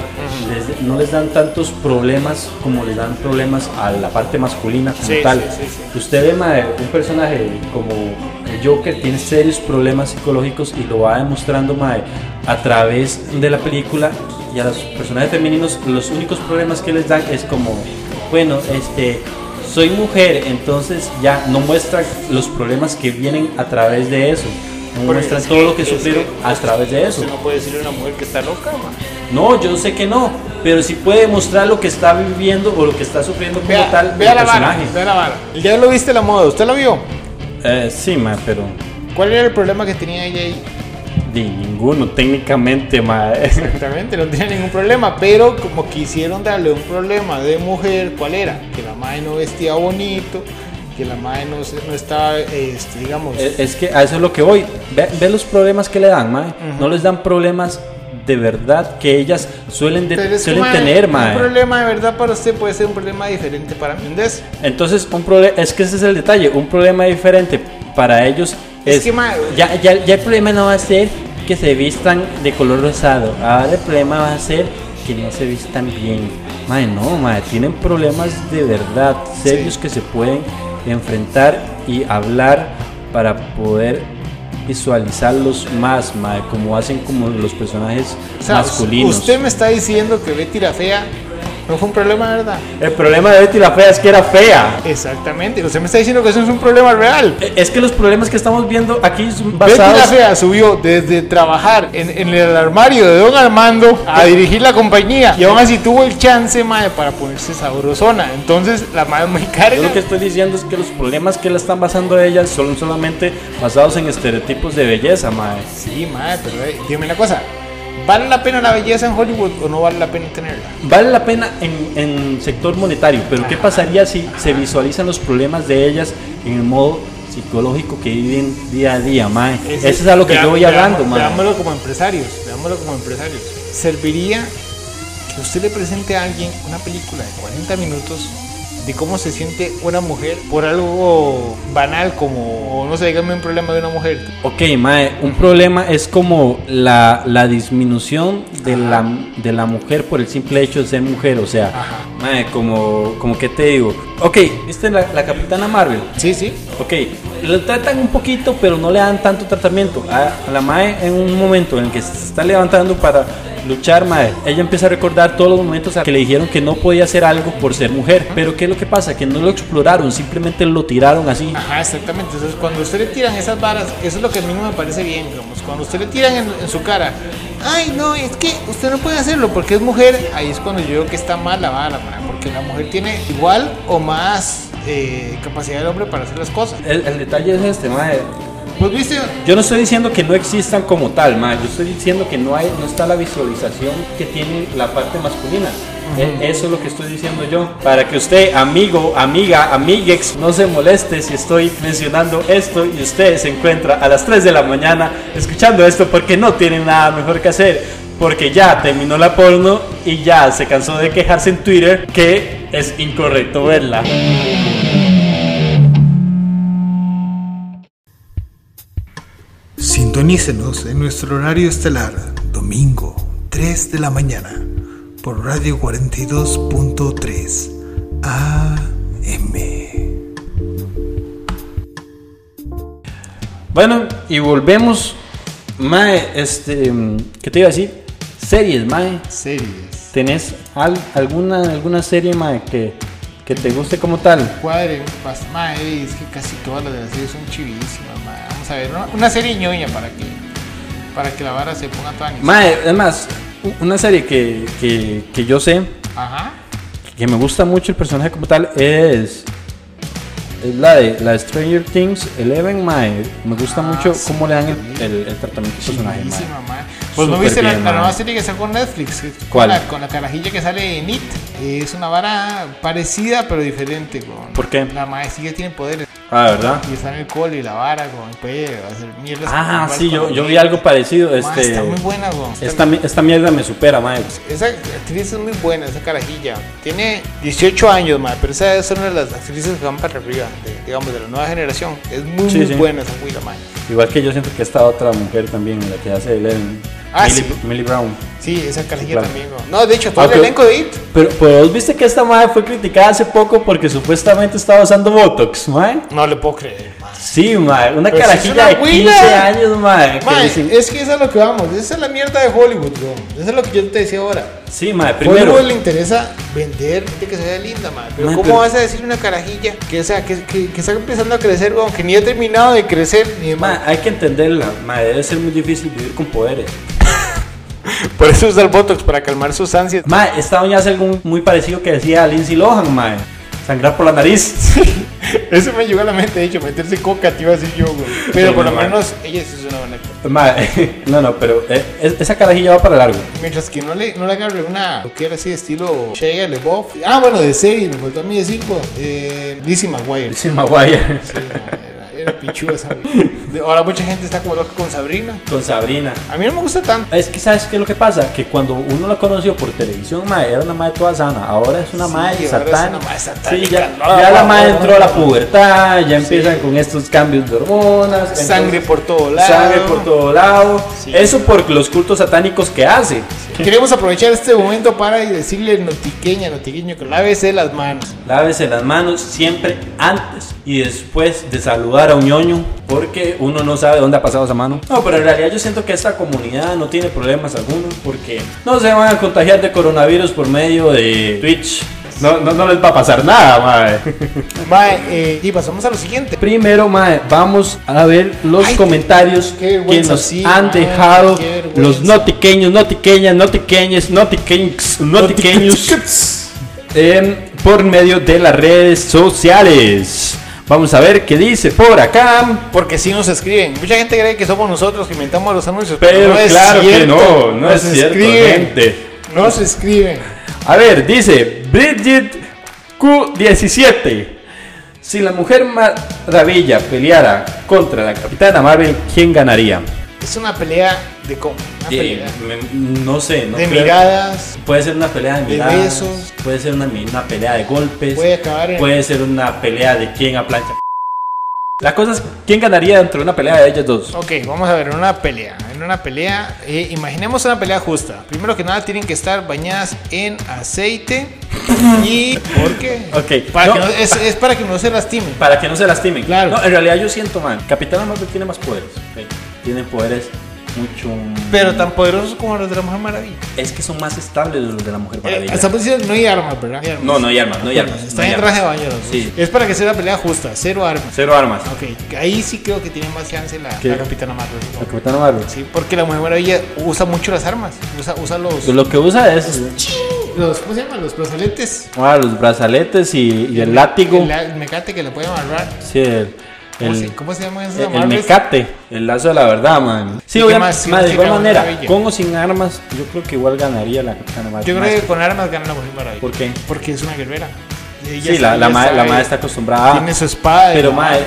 S1: Les- no les dan tantos problemas como les dan problemas a la parte masculina como
S2: Sí,
S1: tal.
S2: sí, sí, sí.
S1: Usted ve mae, un personaje como el Joker tiene serios problemas psicológicos y lo va demostrando mae, a través de la película y a los personajes femeninos los únicos problemas que les dan es como bueno este soy mujer entonces ya no muestra los problemas que vienen a través de eso no muestra todo lo que sufrieron a través de eso
S2: no puede decirle a una mujer que está loca, man.
S1: no yo sé que no pero sí puede mostrar lo que está viviendo o lo que está sufriendo como
S2: Vea,
S1: tal
S2: vea
S1: el
S2: la vara,
S1: personaje
S2: vea la vara. Ya lo viste la moda, ¿usted lo vio?
S1: Eh, sí mae, pero
S2: ¿Cuál era el problema que tenía ella ahí?
S1: Ni ninguno, técnicamente, mae.
S2: Exactamente, no tenía ningún problema, pero como quisieron darle un problema de mujer, ¿cuál era? Que la madre no vestía bonito, que la madre no, se- no estaba, este, digamos...
S1: Es es que a eso es lo que voy. Ve, ve los problemas que le dan, mae. No les dan problemas de verdad que ellas suelen, de-
S2: Pero es que,
S1: suelen
S2: mae,
S1: tener,
S2: Un
S1: mae.
S2: problema de verdad para usted puede ser un problema diferente para mí. ¿entendés?
S1: Entonces, un prole- es que ese es el detalle. Un problema diferente para ellos
S2: Es
S1: es.
S2: que, mae,
S1: ya, ya, ya el problema no va a ser que se vistan de color rosado. Ahora el problema va a ser que no se vistan bien. Mae, no, mae. Tienen problemas de verdad, serios
S2: Sí.
S1: que se pueden enfrentar y hablar para poder visualizarlos más, mae. Como hacen como los personajes
S2: O sea,
S1: masculinos.
S2: usted me está diciendo que Betty la Fea no fue un problema de verdad.
S1: El problema de Betty la Fea es que era fea.
S2: Exactamente, usted me está diciendo que eso es un problema real.
S1: Eh, Es que los problemas que estamos viendo aquí son
S2: Betty la
S1: basados.
S2: Fea subió desde trabajar en, en el armario de Don Armando a dirigir la compañía. Y aún así tuvo el chance, mae, para ponerse sabrosona. Entonces, la madre muy carga.
S1: Yo lo que estoy diciendo es que los problemas que la están basando a ellas son solamente basados en estereotipos de belleza, mae.
S2: Sí, mae, pero eh, dime una cosa. ¿Vale la pena la belleza en Hollywood o no vale la pena tenerla?
S1: Vale la pena en, en sector monetario, pero ¿qué pasaría si se visualizan los problemas de ellas en el modo psicológico que viven día a día, mae? Eso es a lo que
S2: Vea-
S1: yo voy hablando,
S2: veamos-
S1: mae.
S2: Veámoslo como empresarios, veámoslo como empresarios. Serviría que usted le presente a alguien una película de 40 minutos de cómo se siente una mujer por algo banal como, o no sé, dígame un problema de una mujer.
S1: Ok, mae, un problema es como la, la disminución de la, de la mujer por el simple hecho de ser mujer, o sea,
S2: Ajá.
S1: mae, como, como que te digo. Ok, ¿viste la, la Capitana Marvel?
S2: Sí, sí.
S1: Ok, lo tratan un poquito, pero no le dan tanto tratamiento. A, a la Mae, en un momento en el que se está levantando para luchar, Mae, ella empieza a recordar todos los momentos a que le dijeron que no podía hacer algo por ser mujer. Pero ¿qué es lo que pasa? Que no lo exploraron, simplemente lo tiraron así.
S2: Ajá, exactamente. Entonces, cuando a usted le tiran esas varas, eso es lo que a mí no me parece bien, digamos. Cuando a usted le tiran en, en su cara, ay, no, es que usted no puede hacerlo porque es mujer, ahí es cuando yo creo que está mal la vara, ma, porque la mujer tiene igual o más eh, capacidad del hombre para hacer las cosas.
S1: El, el detalle es este, Mae.
S2: Pues viste,
S1: Yo no estoy diciendo que no existan como tal, Mae. Yo estoy diciendo que no, hay, no está la visualización que tiene la parte masculina. E- Eso es lo que estoy diciendo yo. Para que usted, amigo, amiga, amiguex, no se moleste si estoy mencionando esto y usted se encuentra a las 3 de la mañana escuchando esto porque no tiene nada mejor que hacer. Porque ya terminó la porno y ya se cansó de quejarse en Twitter que es incorrecto verla.
S3: Sintonícenos en nuestro horario estelar, domingo, 3 de la mañana, por Radio 42.3 AM.
S1: Bueno, y volvemos. Mae, este, mm, ¿qué te iba a decir? Series, Mae.
S2: Series.
S1: ¿Tenés al- alguna, alguna serie, Mae, que, que te guste como tal?
S2: Cuadre, pas- mae, es que casi todas las de las series son chivísimas, mae. Vamos a ver, una, una serie ñoña para que, para que la vara se ponga tan...
S1: Mae, además, una serie que, que, que yo sé,
S2: Ajá.
S1: que me gusta mucho el personaje como tal, es, es la de la de Stranger Things 11, Mae. Me gusta
S2: Ah,
S1: mucho
S2: sí.
S1: cómo le dan el, el- el tratamiento al personaje, Mae.
S2: Chivísima, mae. Pues no
S1: Súper
S2: viste la,
S1: bien,
S2: la
S1: mae.
S2: nueva serie que sacó Netflix. que-
S1: ¿Cuál?
S2: Con la, con la carajilla que sale en It. Es una vara parecida pero diferente, weón.
S1: ¿Por qué?
S2: La maestría tiene poderes.
S1: Ah, ¿verdad?
S2: Y está en el colo y la vara, pues, weón. y Puede hacer mierdas.
S1: Ah,
S2: con-
S1: sí,
S2: con
S1: yo,
S2: los
S1: yo vi
S2: dedos.
S1: algo parecido.
S2: Mae,
S1: Este,
S2: Está muy buena, weón. Está-
S1: esta, mi- esta mierda me supera, Mae.
S2: Esa actriz es muy buena, esa carajilla. Tiene 18 años, ma, pero esa es una de las actrices que van para arriba, de- digamos, de la nueva generación. Es muy,
S1: Sí,
S2: muy
S1: sí.
S2: buena esa huila, ma.
S1: Igual que yo siento que esta otra mujer también, la que hace Eleven.
S2: Ah,
S1: Millie,
S2: sí.
S1: Millie Brown.
S2: Sí, esa carajilla
S1: claro.
S2: también. ma. No, de hecho, todo
S1: Ah,
S2: el
S1: pero-
S2: elenco de IT.
S1: Pero, pero vos viste que esta madre fue criticada hace poco porque supuestamente estaba usando Botox, madre.
S2: No le puedo creer, ma.
S1: Sí, madre, una
S2: Pero si Pues es
S1: carajilla
S2: una eh,
S1: de 15
S2: huila.
S1: años, madre. que
S2: Ma,
S1: dicen-
S2: es que esa es lo que vamos. Esa es la mierda de Hollywood, weón. Eso es lo que yo te decía ahora.
S1: Sí, madre, primero.
S2: Hollywood le interesa vender gente que se vea linda, ma. Pero
S1: Ma,
S2: ¿cómo
S1: pero-
S2: vas a decir una carajilla que, o sea, que, que- que está empezando a crecer, weón, que ni ha terminado de crecer ni de
S1: Madre, hay que entenderla, madre, debe ser muy difícil vivir con poderes.
S2: Por eso usa el Botox, para calmar sus ansias.
S1: Madre, esta doña hace algo muy parecido que decía Lindsay Lohan, madre. Sangrar por la nariz.
S2: Eso me llegó a la mente, de hecho, meterse coca, te iba a decir yo, güey. Pero
S1: Sí,
S2: por
S1: no,
S2: lo
S1: man.
S2: menos ella sí es una buena actriz.
S1: Madre, no, no, pero eh, es- esa carajilla va para largo.
S2: Mientras que no le, no le agarre una lo que era así de estilo Shea LeBoff. Ah, bueno, de serie, me faltó a mí decir, güey. Eh, Lizzie McGuire.
S1: Sí,
S2: Sí,
S1: Maguire.
S2: era, era pichuda esa güey. De- Ahora mucha gente está como loca con Sabrina.
S1: Con Sabrina.
S2: A mí no me gusta tanto.
S1: Es que sabes qué es lo que pasa, que cuando uno la conoció por televisión, mae, era una madre toda sana, ahora es una
S2: Sí,
S1: madre
S2: ahora es una
S1: satánica.
S2: mae satánica.
S1: Sí, ya,
S2: No,
S1: ya la
S2: no,
S1: madre
S2: no,
S1: entró a la pubertad, ya empiezan con estos cambios de hormonas, entonces,
S2: Sangre por todo lado.
S1: sangre por todo lado.
S2: Sí.
S1: Eso por los cultos satánicos que hace.
S2: Queremos aprovechar este momento para decirle notiqueña, notiqueño, que lávese las manos.
S1: Lávese las manos siempre antes y después de saludar a un ñoño, porque uno no sabe dónde ha pasado esa mano. No, pero en realidad yo siento que esta comunidad no tiene problemas algunos, porque no se van a contagiar de coronavirus por medio de Twitch. No, no, no les va a pasar nada, madre.
S2: Mae, eh, y pasamos a lo siguiente.
S1: Primero, madre, vamos a ver los
S2: Ay,
S1: comentarios
S2: qué
S1: que
S2: vergüenza,
S1: nos
S2: sí,
S1: han
S2: mae,
S1: dejado
S2: qué vergüenza.
S1: los notiqueños, notiqueñas, notiqueñes, notiqueños, notiqueños. em, por medio de las redes sociales. Vamos a ver qué dice por acá.
S2: Porque sí nos escriben. Mucha gente cree que somos nosotros que inventamos los anuncios.
S1: Pero
S2: es
S1: claro que no, no es cierto, gente.
S2: Nos escriben.
S1: A ver, dice Bridget Q17. Si la mujer maravilla peleara contra la capitana Marvel, ¿quién ganaría?
S2: Es una pelea de cómo. Una pelea.
S1: no sé, no
S2: de
S1: creo-
S2: miradas.
S1: Puede ser una pelea de
S2: De
S1: miradas,
S2: besos.
S1: puede ser una, mi- una pelea de golpes,
S2: Puede acabar en-
S1: puede ser una pelea de quién a plancha. La cosa es quién ganaría entre una pelea de ellas dos.
S2: Ok, vamos a ver, en una pelea. En una pelea, eh, imaginemos una pelea justa. Primero que nada, tienen que estar bañadas en aceite. ¿Y por qué?
S1: Ok,
S2: Para
S1: no,
S2: que no- es, es para que no se lastimen.
S1: Para que no se lastimen.
S2: Claro.
S1: No, en realidad yo siento, man. Capitana Marvel tiene más poderes. ok. Tiene poderes mucho.
S2: Pero tan poderosos como los de la Mujer Maravilla.
S1: Es que son más estables los de la Mujer
S2: Eh,
S1: Maravilla.
S2: hasta posición no hay armas, ¿verdad? hay armas.
S1: No, no hay armas, no hay armas. no
S2: Está
S1: hay
S2: en
S1: armas.
S2: traje de baño. los dos.
S1: Sí.
S2: Es para que sea una pelea justa, cero armas.
S1: Cero armas.
S2: Ok, ahí sí creo que tiene más chance la,
S1: ¿Qué?
S2: la Capitana Marvel.
S1: La Capitana Marvel.
S2: Sí, porque la Mujer Maravilla usa mucho las armas. Usa, usa los,
S1: Pues Lo que usa es.
S2: los. ¿Cómo se llaman? Los brazaletes.
S1: ah, los brazaletes y, y el látigo.
S2: La- el mecate que le pueden amarrar.
S1: Sí, el-
S2: ¿Cómo,
S1: El-
S2: se, cómo se llaman esas
S1: Eh, El, el
S2: amarres?
S1: mecate, el lazo de la verdad, man. Sí,
S2: ¿Y qué
S1: obviamente,
S2: más?
S1: ma, de
S2: Sí,
S1: igual
S2: la Mujer
S1: manera,
S2: Maravilla.
S1: con o sin armas, yo creo que igual ganaría la Capitana Marvel.
S2: Yo creo que con armas gana la mujer maravilla.
S1: ¿Por qué?
S2: Porque es una guerrera. Y ella
S1: Sí, la,
S2: sabe-
S1: la,
S2: ella
S1: ma- la
S2: sabe-
S1: madre está acostumbrada.
S2: Tiene su espada. y
S1: Pero,
S2: la
S1: mae,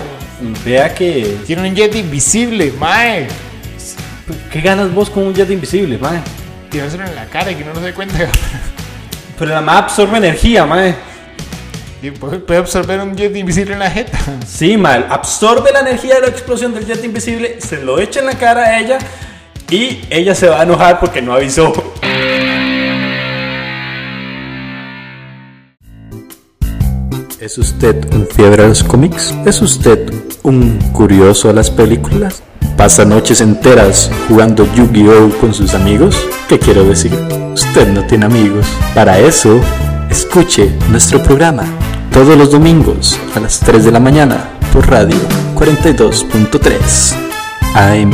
S1: vea que.
S2: Tiene un jet invisible, mae.
S1: pues, ¿Qué ganas vos con un jet invisible, mae?
S2: Tirárselo en la cara y que no nos dé cuenta.
S1: Pero la madre absorbe energía, mae.
S2: Y puede puede absorber un jet invisible en la jeta.
S1: Sí, mae, absorbe la energía de la explosión del jet invisible, se lo echa en la cara a ella y ella se va a enojar porque no avisó.
S4: ¿Es usted un fiebre a los cómics? ¿Es usted un curioso a las películas? ¿Pasa noches enteras jugando Yu-Gi-Oh con sus amigos? ¿Qué quiero decir? Usted no tiene amigos. Para eso, escuche nuestro programa todos los domingos a las 3 de la mañana por radio 42.3 AM.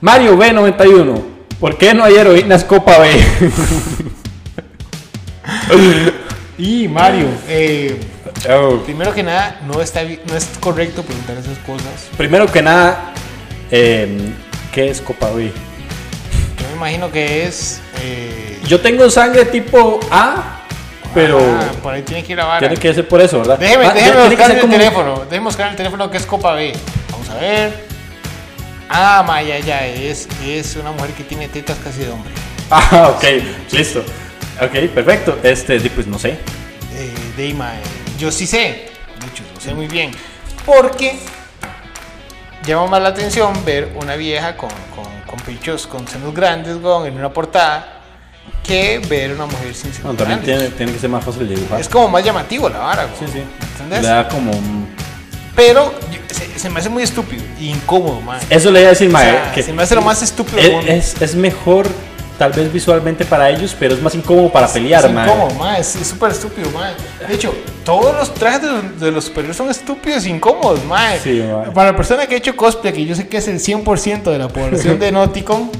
S1: Mario B91, ¿por qué no hay heroínas Copa B?
S2: Y Mario, eh,
S1: Oh.
S2: primero que nada, no, está, bi- no es correcto preguntar esas cosas.
S1: Primero que nada, eh, ¿qué es Copa B?
S2: Yo me imagino que es. eh,
S1: Yo tengo sangre tipo A, pero
S2: ah, por ahí tiene que ir a vara.
S1: tiene que ser por eso, ¿verdad?
S2: Déjeme,
S1: Ah,
S2: déjeme
S1: tiene que
S2: buscar
S1: ser
S2: el
S1: como-
S2: teléfono. Déjeme buscar el teléfono que es Copa B. Vamos a ver. Ah, ma, ya, ya. Es, es una mujer que tiene tetas casi de hombre.
S1: Ah, ok, listo. Ok, perfecto. Este, di, pues no sé.
S2: Eh, Deima, eh, yo sí sé. De hecho, lo sé muy bien. Porque llama más la atención ver una vieja con, con, con pechos, con senos grandes, weón, en una portada, que ver una mujer sin senos
S1: No, también
S2: grandes.
S1: tiene, tiene que ser más fácil de dibujar.
S2: Ah, Es como más llamativo la vara, weón,
S1: Sí, sí.
S2: ¿entendés?
S1: Le da como. un-
S2: Pero yo- se, se me hace muy estúpido e incómodo, man.
S1: Eso le iba a decir,
S2: O
S1: Mae.
S2: sea,
S1: que
S2: se me hace lo más estúpido del
S1: es,
S2: mundo.
S1: es, es mejor, tal vez visualmente para ellos, pero es más incómodo para pelear,
S2: es
S1: Mae.
S2: incómodo, ma, es es súper estúpido, ma. De hecho, todos los trajes de los, de los superiores son estúpidos e incómodos, ma.
S1: Sí, ma.
S2: Para la persona que ha hecho cosplay, que yo sé que es el 100% de la población de Nauticon,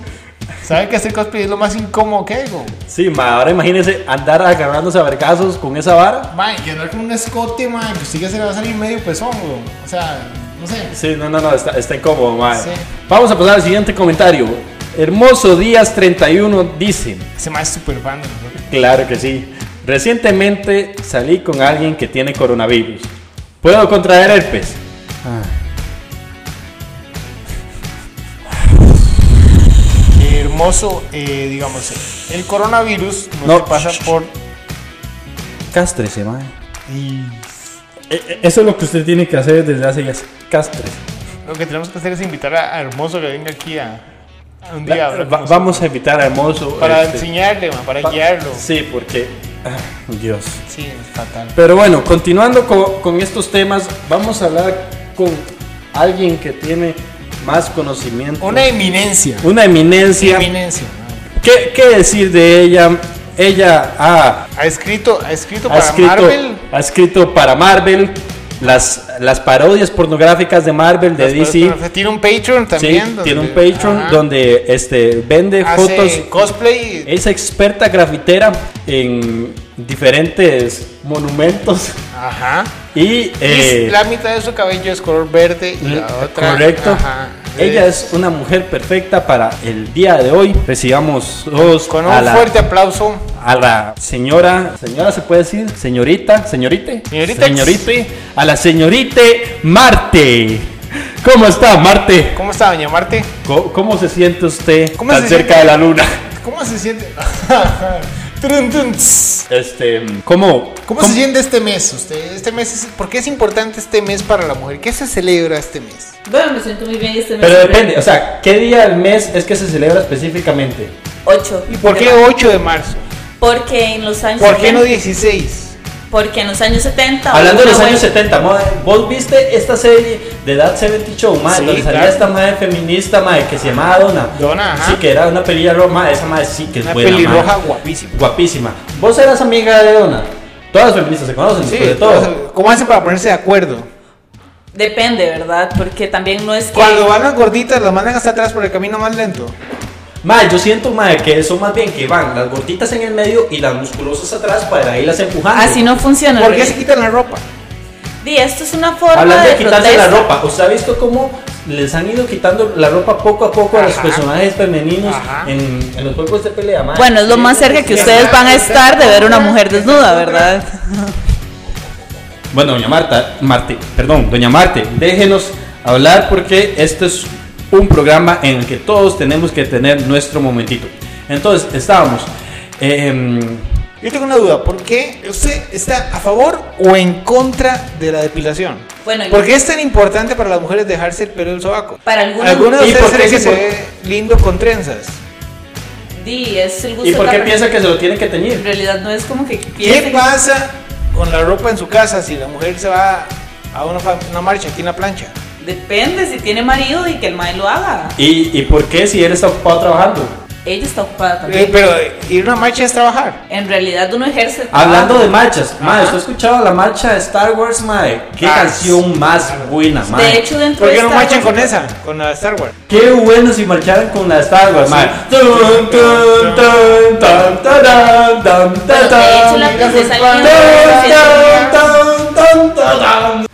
S2: sabe que hacer cosplay es lo más incómodo que hay, go.
S1: Sí, Mae. Ahora imagínense andar agarrándose a vergazos con esa vara.
S2: Ma, y andar con un escote, ma, que usted ya se le va a salir medio pezón, go. O sea, no sé.
S1: Sí, no, no, no, está, está incómodo, Mae.
S2: Sí.
S1: Vamos a pasar al siguiente comentario. Hermoso Díaz 31 dice.
S2: Ese ma es súper fan de nosotros.
S1: Claro que sí. Recientemente salí con alguien que tiene coronavirus. ¿Puedo contraer herpes?
S2: Qué hermoso, eh, digamos, el coronavirus no,
S1: No.
S2: se pasa por...
S1: Cástrese, mae.
S2: y
S1: Eh, Eso es lo que usted tiene que hacer desde hace días. Cástrese.
S2: Lo que tenemos que hacer es invitar a, a Hermoso que venga aquí a, a un día. a hablar
S1: Va-
S2: con
S1: va-
S2: nosotros.
S1: vamos a invitar a Hermoso.
S2: Para
S1: este,
S2: enseñarle, ma, para
S1: pa-
S2: guiarlo.
S1: Sí, porque. ah, Dios.
S2: Sí, es fatal.
S1: Pero bueno, continuando co- con, estos temas, vamos a hablar con alguien que tiene más conocimiento.
S2: Una em-, eminencia.
S1: Una eminencia.
S2: eminencia.
S1: ¿Qué, ¿Qué decir de ella? Ella ha
S2: Ha escrito, ha escrito
S1: ha
S2: para
S1: escrito,
S2: Marvel.
S1: ha escrito para Marvel las, las parodias pornográficas de Marvel, de DC.
S2: Tiene un Patreon
S1: Sí,
S2: también. donde-
S1: tiene un Patreon
S2: ajá,
S1: donde este, vende
S2: hace
S1: fotos. Eh,
S2: cosplay.
S1: Es experta grafitera en diferentes monumentos.
S2: Ajá.
S1: Y, eh,
S2: y la mitad de su cabello es color verde y la otra.
S1: correcto.
S2: ajá,
S1: Ella es una mujer perfecta para el día de hoy. Recibamos todos
S2: Con un
S1: a, la,
S2: fuerte aplauso.
S1: a la señora, señora se puede decir, señorita, señorite,
S2: Señorita.
S1: señorite, a la señorite Marte. ¿Cómo está Marte?
S2: ¿Cómo está, doña Marte?
S1: Co- ¿Cómo, se siente usted
S2: ¿Cómo
S1: tan
S2: se
S1: cerca
S2: siente?
S1: de la luna?
S2: ¿Cómo se siente? Trun, trun, tss.
S1: Este, ¿cómo,
S2: ¿Cómo, se siente este mes usted? Este mes es- ¿Por qué es importante este mes para la mujer? ¿Qué se celebra este mes?
S5: Bueno, me siento muy bien este mes.
S1: Pero depende, o sea, ¿qué día del mes es que se celebra específicamente?
S5: 8.
S2: ¿Y por qué 8 de marzo?
S5: Porque en los años
S2: ¿Por qué no
S5: 70,
S2: 16?
S5: Porque en los años 70.
S1: Hablando de los
S5: una
S1: años
S5: abuela-
S1: 70, madre, vos viste esta serie de That 70 Show, madre,
S2: Sí,
S1: donde salía
S2: claro.
S1: esta madre feminista, madre, que se llamaba Donna.
S2: Donna, ajá.
S1: Sí, que era una pelirroja, madre, esa madre sí que es
S2: Una
S1: buena,
S2: pelirroja
S1: madre.
S2: guapísima.
S1: Guapísima. Vos eras amiga de Donna. Todas las feministas se conocen,
S2: Sí,
S1: sobre todo.
S2: ¿Cómo hacen para ponerse de acuerdo?
S5: Depende, ¿verdad? Porque también no es que.
S2: Cuando van las gorditas, las mandan hasta atrás por el camino más lento.
S1: Madre, yo siento, madre, que son más bien que van las gorditas en el medio y las musculosas atrás para irlas empujando.
S5: Así no funciona.
S2: ¿Por qué
S5: René.
S2: se quitan la ropa?
S5: Di, esto es una forma
S1: Hablando de,
S5: de,
S1: quitarse
S5: protesta.
S1: la ropa, ¿usted ha visto cómo les han ido quitando la ropa poco a poco a los
S2: Ajá.
S1: personajes femeninos
S2: Ajá.
S1: en, en los juegos de pelea? mae?
S5: Bueno, es lo más cerca que ustedes van a estar de ver una mujer desnuda, ¿verdad?
S1: Bueno, doña Marta, Marte, perdón, doña Marte, déjenos hablar porque este es un programa en el que todos tenemos que tener nuestro momentito. Entonces, estábamos. em,
S2: Yo tengo una duda, ¿por qué usted está a favor o en contra de la depilación?
S5: Bueno, yo-
S2: ¿Por qué es tan importante para las mujeres dejarse el pelo del sobaco?
S5: Para algunos-
S2: Algunos de
S1: ¿Y por
S2: ustedes creen
S1: qué
S2: que se
S1: se
S2: ve lindo con trenzas.
S5: Di, es el gusto
S1: ¿Y por
S5: de
S1: qué
S5: la-
S1: piensa que se lo tienen que
S5: En
S1: teñir?
S5: realidad no es como que
S2: ¿Qué
S5: piensen-
S2: pasa con la ropa en su casa si la mujer se va a una, fa- una marcha aquí en la plancha?
S5: Depende si tiene marido y que el mae lo haga.
S1: ¿Y, y por qué si él está ocupado trabajando?
S5: Ella está ocupada también.
S2: Eh, pero eh, ir a una marcha es trabajar.
S5: En realidad uno ejerce. el
S1: Hablando
S5: trabajo.
S1: de marchas, mae, ¿usted ha escuchado la marcha de Star Wars, mae? ¿Qué
S2: Ah,
S1: canción más buena, mae?
S5: De hecho, dentro
S2: ¿Por
S5: de
S2: qué no
S5: Star
S2: marchan
S5: Wars-
S2: con esa? Con la de Star Wars.
S1: Qué bueno si marcharan con la de Star Wars, mae. Tun, tun, tun, tan, tarán, tan, tan,
S5: de hecho,
S1: tan.
S5: la princesa
S1: Tan,
S5: Leia-
S1: tan, tan, tan, tarán.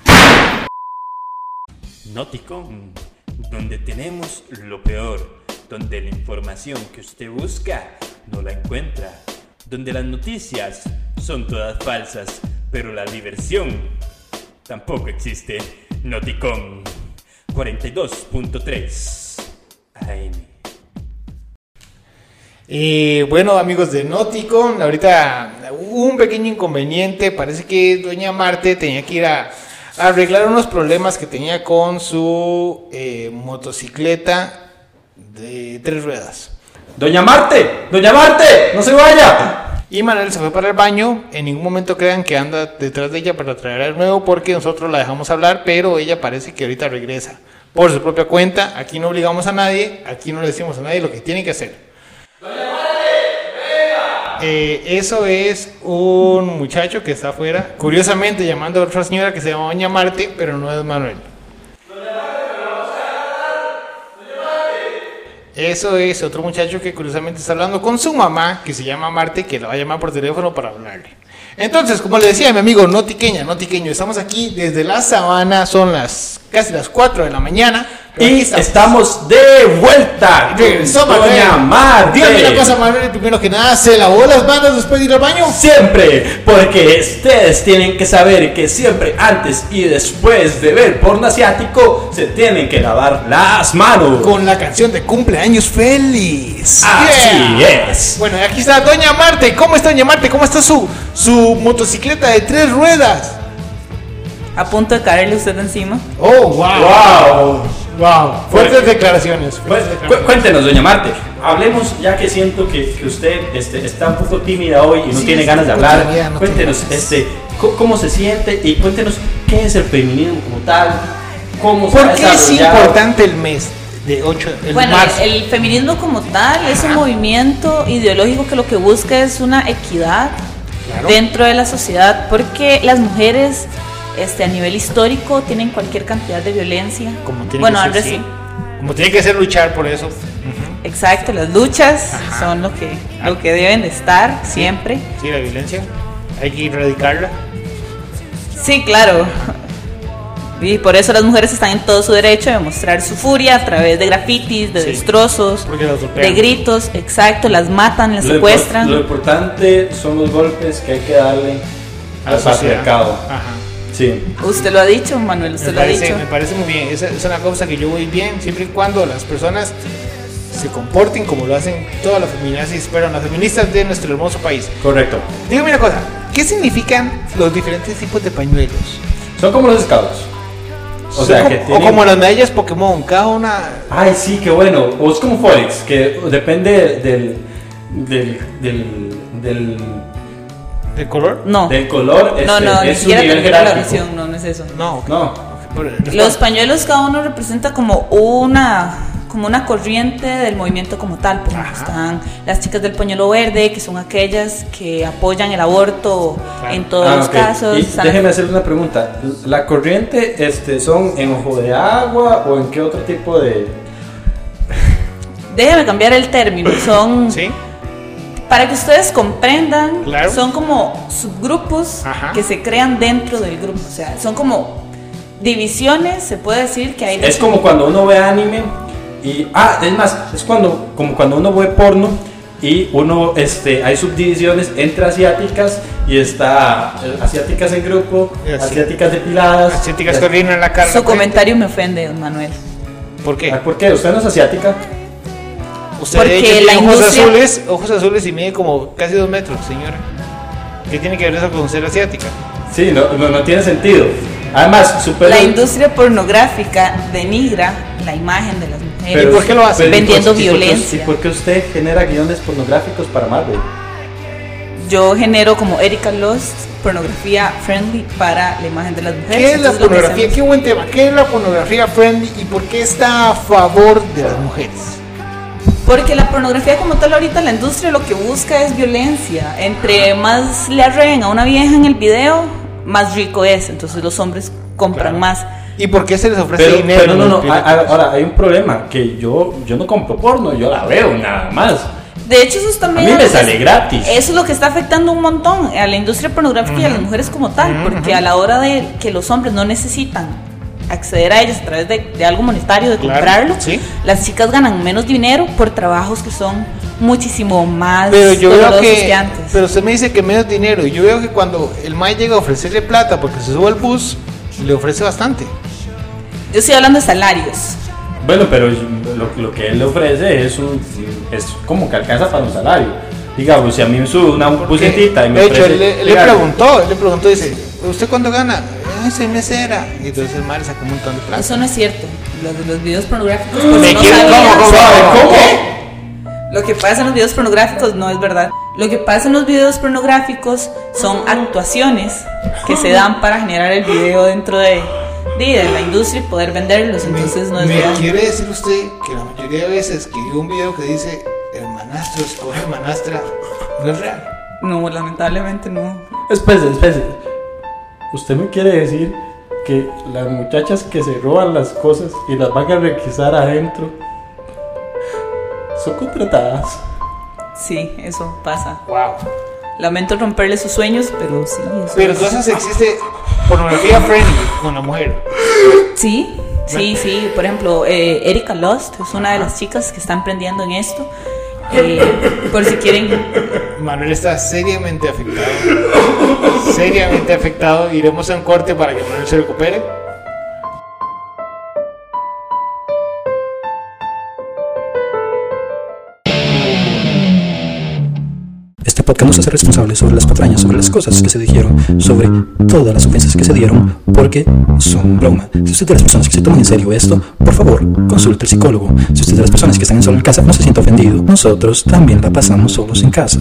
S6: Noticon, donde tenemos lo peor, donde la información que usted busca no la encuentra, donde las noticias son todas falsas, pero la diversión tampoco existe. Noticon 42.3 AM.
S2: Y bueno, amigos de Noticon, ahorita hubo un pequeño inconveniente. Parece que Doña Marte tenía que ir a, a arreglar unos problemas que tenía con su eh, motocicleta de tres ruedas.
S1: Doña Marte, Doña Marte, no se vaya.
S2: Y Manuel se fue para el baño. En ningún momento crean que anda detrás de ella para traer al nuevo, porque nosotros la dejamos hablar, pero ella parece que ahorita regresa por su propia cuenta. Aquí no obligamos a nadie, aquí no le decimos a nadie lo que tiene que hacer. Eh, eso es un muchacho que está afuera, curiosamente llamando a otra señora que se llama Doña Marte, pero no es Manuel. Eso es otro muchacho que curiosamente está hablando con su mamá, que se llama Marte, que la va a llamar por teléfono para hablarle. Entonces, como le decía mi amigo notiqueña, notiqueño, estamos aquí desde la sabana, son las casi las 4 de la mañana. pero
S1: Y
S2: aquí estamos.
S1: estamos de vuelta. con
S2: Regresó Manuel.
S1: Doña Marte.
S2: Dígame una cosa, Manuel, primero que nada, ¿se lavó las manos después de ir al baño?
S1: Siempre, porque ustedes tienen que saber que siempre antes y después de ver porno asiático se tienen que lavar las manos.
S2: Con la canción de cumpleaños feliz.
S1: Así
S2: Yeah.
S1: es.
S2: Bueno, aquí está Doña Marte. ¿Cómo está Doña Marte? ¿Cómo está su, su motocicleta de tres ruedas?
S5: A punto de caerle usted encima.
S2: Oh, wow.
S1: Wow.
S2: Wow. Fuertes declaraciones.
S1: Pues, cu- cuéntenos, doña Marte. Hablemos, ya que siento que, que usted este, está un poco tímida hoy y no
S2: Sí,
S1: tiene
S2: sí,
S1: ganas de
S2: porque
S1: hablar.
S2: todavía no
S1: cuéntenos
S2: tengo ganas.
S1: este, co- cómo se siente y cuéntenos qué es el feminismo como tal. Cómo se ha
S2: ¿Por qué es
S1: desarrollado.
S2: importante el mes de 8 el
S5: Bueno,
S2: marzo?
S5: el, el feminismo como tal es un movimiento ideológico que lo que busca es una equidad
S2: Claro.
S5: dentro de la sociedad, porque las mujeres este, a nivel histórico tienen cualquier cantidad de violencia.
S2: Como tiene
S5: bueno,
S2: que
S5: antes
S2: ser,
S5: sí.
S2: sí. Como tiene que ser luchar por eso.
S5: Exacto, las luchas son lo que, lo que deben de estar siempre.
S2: Sí, la violencia. Hay que erradicarla.
S5: Sí, claro. Y por eso las mujeres están en todo su derecho de mostrar su furia a través de grafitis, de
S2: Sí,
S5: destrozos,
S2: porque las golpean.
S5: de gritos, exacto, las matan, las
S1: Lo impor-
S5: secuestran.
S1: Lo importante son los golpes que hay que darle
S2: a
S1: al
S2: la sociedad.
S1: patriarcado.
S2: Ajá.
S1: Sí.
S5: Usted lo ha dicho, Manuel,
S2: Me
S5: usted lo ha
S2: parece,
S5: dicho.
S2: me parece muy bien. Esa esa es una cosa que yo voy bien, siempre y cuando las personas se comporten como lo hacen todas las feministas, pero las feministas de nuestro hermoso país.
S1: Correcto.
S2: Dígame una cosa, ¿qué significan los diferentes tipos de pañuelos?
S1: Son como los scouts. O
S2: Son
S1: sea,
S2: como-
S1: que
S2: o
S1: tienen...
S2: como las medallas Pokémon, cada una...
S1: Ay, sí, qué bueno. O es como Forex, que depende del... del... del... del,
S2: ¿De color?
S5: No,
S1: del color.
S5: no,
S1: este,
S5: no, ni
S1: es su
S5: siquiera
S1: nivel
S5: termina la
S1: jerárquico.
S5: oración, no, no es eso.
S2: No. ok.
S1: No.
S2: Por-
S5: Los pañuelos cada uno representa como una, como una corriente del movimiento como tal. Por ejemplo, están las chicas del pañuelo verde, que son aquellas que apoyan el aborto en todos
S1: Ah,
S5: los
S1: ok.
S5: casos.
S1: Y
S5: Están-
S1: déjeme hacerle una pregunta. ¿La corriente este, son en ojo de agua o en qué otro tipo de...?
S5: Déjeme cambiar el término. Son
S2: ¿Sí?
S5: Para que ustedes comprendan,
S2: Claro.
S5: son como subgrupos
S2: Ajá.
S5: que se crean dentro del grupo. O sea, son como divisiones, se puede decir que hay
S1: Es como cuando uno ve anime y ah, es más, es cuando como cuando uno ve porno y uno este hay subdivisiones entre asiáticas y está eh, asiáticas en grupo,
S2: Y así.
S1: asiáticas depiladas.
S2: Asiáticas
S1: y-
S2: con orina en la cara.
S5: Su comentario me ofende, don Manuel.
S2: ¿Por qué?
S1: Ah, ¿Por qué? ¿Usted no es asiática?
S2: Usted
S5: Porque
S2: de hecho, tiene
S5: la
S2: ojos
S5: industria-
S2: azules, ojos azules y mide como casi dos metros, señora. ¿Qué tiene que ver eso con ser asiática?
S1: Sí, no, no, no tiene sentido. Además, su pelo-
S5: La industria pornográfica denigra la imagen de las mujeres.
S1: pero-
S2: ¿Y por qué lo hace?
S1: pero-
S5: Vendiendo
S1: ¿y por qué-
S5: violencia.
S1: ¿Y por qué usted genera guiones pornográficos para Marvel?
S5: Yo genero como Erika Lost pornografía friendly para la imagen de las mujeres.
S2: ¿Qué es la
S5: Entonces, lo que
S2: pornografía?
S5: hacemos-
S2: Qué buen tema. ¿Qué es la pornografía friendly y por qué está a favor de las mujeres?
S5: Porque la pornografía como tal ahorita la industria lo que busca es violencia. Entre más le arreen a una vieja en el video, más rico es. Entonces los hombres compran más.
S2: ¿Y por qué se les ofrece
S1: Pero,
S2: dinero?
S1: pero no, no,
S2: Los
S1: a- a-
S2: piratas?
S1: ahora hay un problema, que yo, yo no compro porno, yo la veo nada más.
S5: De hecho, eso es también...
S1: A mí me
S5: lo que-
S1: sale gratis.
S5: Eso es lo que está afectando un montón a la industria pornográfica y a las mujeres como tal, porque a la hora de que los hombres no necesitan acceder a ellas a través de, de algo monetario, de
S2: Claro,
S5: comprarlo,
S2: sí.
S5: las chicas ganan menos dinero por trabajos que son muchísimo más
S2: Pero yo veo
S5: dolorosos
S2: que,
S5: antes.
S2: pero usted me dice que menos dinero. y Yo veo que cuando el Mae llega a ofrecerle plata porque se sube al bus, le ofrece bastante.
S5: Yo estoy hablando de salarios.
S1: Bueno, pero lo, lo que él le ofrece es un es como que alcanza para un salario. Digamos, si a mí me sube una bucetita y me
S2: de hecho,
S1: ofrece,
S2: él le, le
S1: digamos,
S2: preguntó, él le preguntó, dice, ¿usted cuándo gana? "Ah, soy mesera. Y entonces el Mae le sacó un montón de plata.
S5: Eso no es cierto. Los, los videos pornográficos. por si
S2: Me
S5: no
S2: quieren-
S5: sabían,
S2: ¿cómo, cómo, cómo?
S5: Lo que pasa en los videos pornográficos no es verdad. Lo que pasa en los videos pornográficos son actuaciones que se dan para generar el video dentro de, de- de la industria y poder venderlos. Entonces no es
S2: me
S5: verdad.
S2: quiere decir usted que la mayoría de veces que yo un video que dice hermanastro escoge hermanastra no es real.
S5: No, lamentablemente no.
S1: Espérese, espérese. Usted me quiere decir que las muchachas que se roban las cosas y las van a requisar adentro son contratadas.
S5: Sí, eso pasa.
S2: Wow.
S5: Lamento romperle sus sueños, pero sí. eso
S2: Pero
S5: es.
S2: entonces existe pornografía friendly con la mujer.
S5: Sí, sí, sí. Por ejemplo, eh, Erika Lost es una de las chicas que está emprendiendo en esto. Eh, por si quieren,
S2: Manuel está seriamente afectado. seriamente afectado. Iremos a un corte para que Manuel se recupere.
S7: Este podcast no se hace responsable sobre las patrañas, sobre las cosas que se dijeron, sobre todas las ofensas que se dieron, porque son broma. Si usted es de las personas que se toman en serio esto, por favor, consulte al psicólogo. Si usted es de las personas que están en solo en casa, no se sienta ofendido. Nosotros también la pasamos solos en casa.